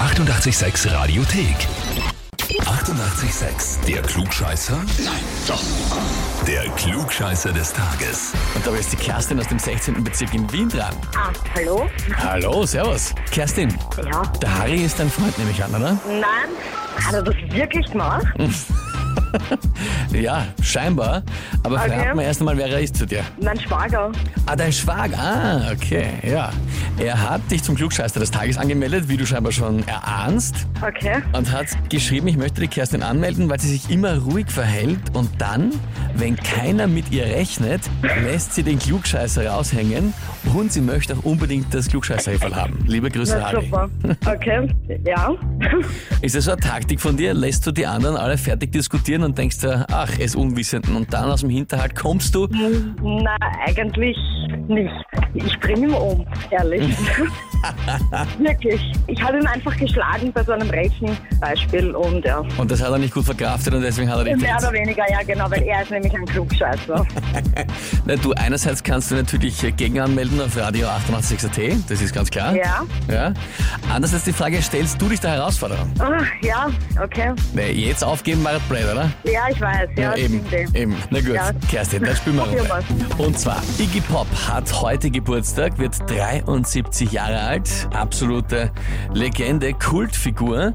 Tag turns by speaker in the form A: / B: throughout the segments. A: 886 Radiothek. 88,6. Der Klugscheißer? Nein, doch. Der Klugscheißer des Tages.
B: Und dabei ist die Kerstin aus dem 16. Bezirk in Wien dran.
C: Ah, hallo?
B: Hallo, servus. Kerstin,
C: Ja.
B: der Harry ist dein Freund, nehme ich an, oder?
C: Nein, hat er das wirklich gemacht?
B: Ja, scheinbar. Aber
C: Okay.
B: verrat mir erst einmal, wer er ist zu dir.
C: Mein Schwager.
B: Ah, dein Schwager. Ah, okay, ja. Er hat dich zum Klugscheißer des Tages angemeldet, wie du scheinbar schon erahnst.
C: Okay.
B: Und hat geschrieben, ich möchte die Kerstin anmelden, weil sie sich immer ruhig verhält. Und dann, wenn keiner mit ihr rechnet, lässt sie den Klugscheißer raushängen. Und sie möchte auch unbedingt das Klugscheißerhefel haben. Liebe Grüße,
C: Na,
B: Harry.
C: super. Okay. Ja.
B: Ist das so eine Taktik von dir? Lässt du die anderen alle fertig diskutieren und denkst dir, ach, es Unwissenden. Und dann aus dem Hinterhalt kommst du.
C: Na, eigentlich nicht. Ich bringe ihn um, ehrlich. wirklich. Ich habe ihn einfach geschlagen bei so einem Rechenbeispiel und ja.
B: Und das hat er nicht gut verkraftet und deswegen hat er dich
C: Mehr
B: gerettet.
C: oder weniger, ja genau, weil er ist nämlich ein Klugscheißer.
B: Na, du, einerseits kannst du natürlich äh, gegenanmelden auf Radio 886.at, das ist ganz klar.
C: Ja.
B: ja. Andererseits die Frage, stellst du dich der Herausforderung?
C: Ah, ja, okay.
B: Nee, jetzt aufgeben, Marat Blade, oder?
C: Ja, ich weiß. Ja,
B: eben,
C: stimmt eh.
B: eben. Na gut,
C: Ja.
B: Kerstin, dann spielen wir
C: Probieren
B: runter. Und zwar, Iggy Pop hat heute Geburtstag, wird 73 Jahre alt, absolute Legende, Kultfigur.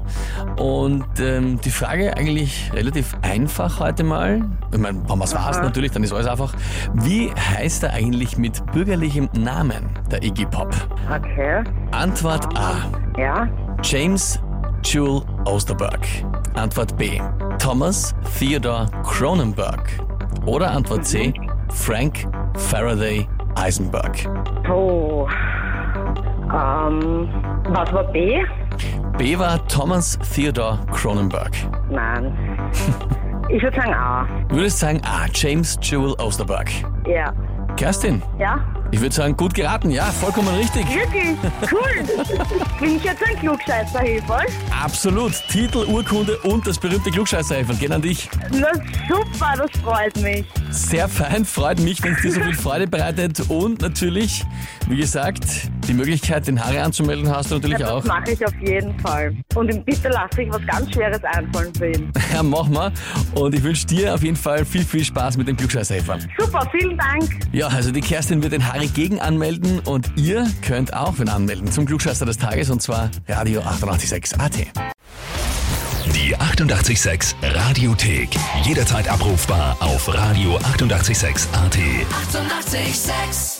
B: Und ähm, die Frage eigentlich relativ einfach heute mal. Ich meine, wenn man es weiß natürlich, dann ist alles einfach. Wie heißt er eigentlich mit bürgerlichem Namen, der Iggy Pop?
C: Okay.
B: Antwort A.
C: Ja.
B: James Jewel Osterberg. Antwort B. Thomas Theodore Cronenberg. Oder Antwort C. Frank Faraday Eisenberg.
C: Oh. Ähm, was war B?
B: B war Thomas Theodore Cronenberg.
C: Nein. Ich würde sagen A.
B: Würdest sagen A. James Jewel Osterberg.
C: Ja.
B: Kerstin,
C: Ja?
B: ich würde sagen, gut geraten. Ja, vollkommen richtig.
C: Wirklich? Cool! Bin ich jetzt ein klugscheißer Hefer?
B: Absolut. Titel, Urkunde und das berühmte Klugscheißerhefel gehen an dich.
C: Na super, das freut mich.
B: Sehr fein, freut mich, wenn es dir so viel Freude bereitet. Und natürlich, wie gesagt, die Möglichkeit, den Haare anzumelden, hast du
C: Ja,
B: natürlich auch.
C: das mache ich auf jeden Fall. Und ihm bitte lasse ich was ganz Schweres einfallen für ihn.
B: Ja, mach mal. Und ich wünsche dir auf jeden Fall viel, viel Spaß mit dem Glücksscheißhelfer.
C: Super, vielen Dank.
B: Ja, also die Kerstin wird den Harry gegen anmelden und ihr könnt auch wen anmelden zum Glücksscheißer des Tages und zwar Radio 886 AT.
A: Die 88,6 Radiothek. Jederzeit abrufbar auf radio886.at. 88,6.
D: Eighty-eight, sex.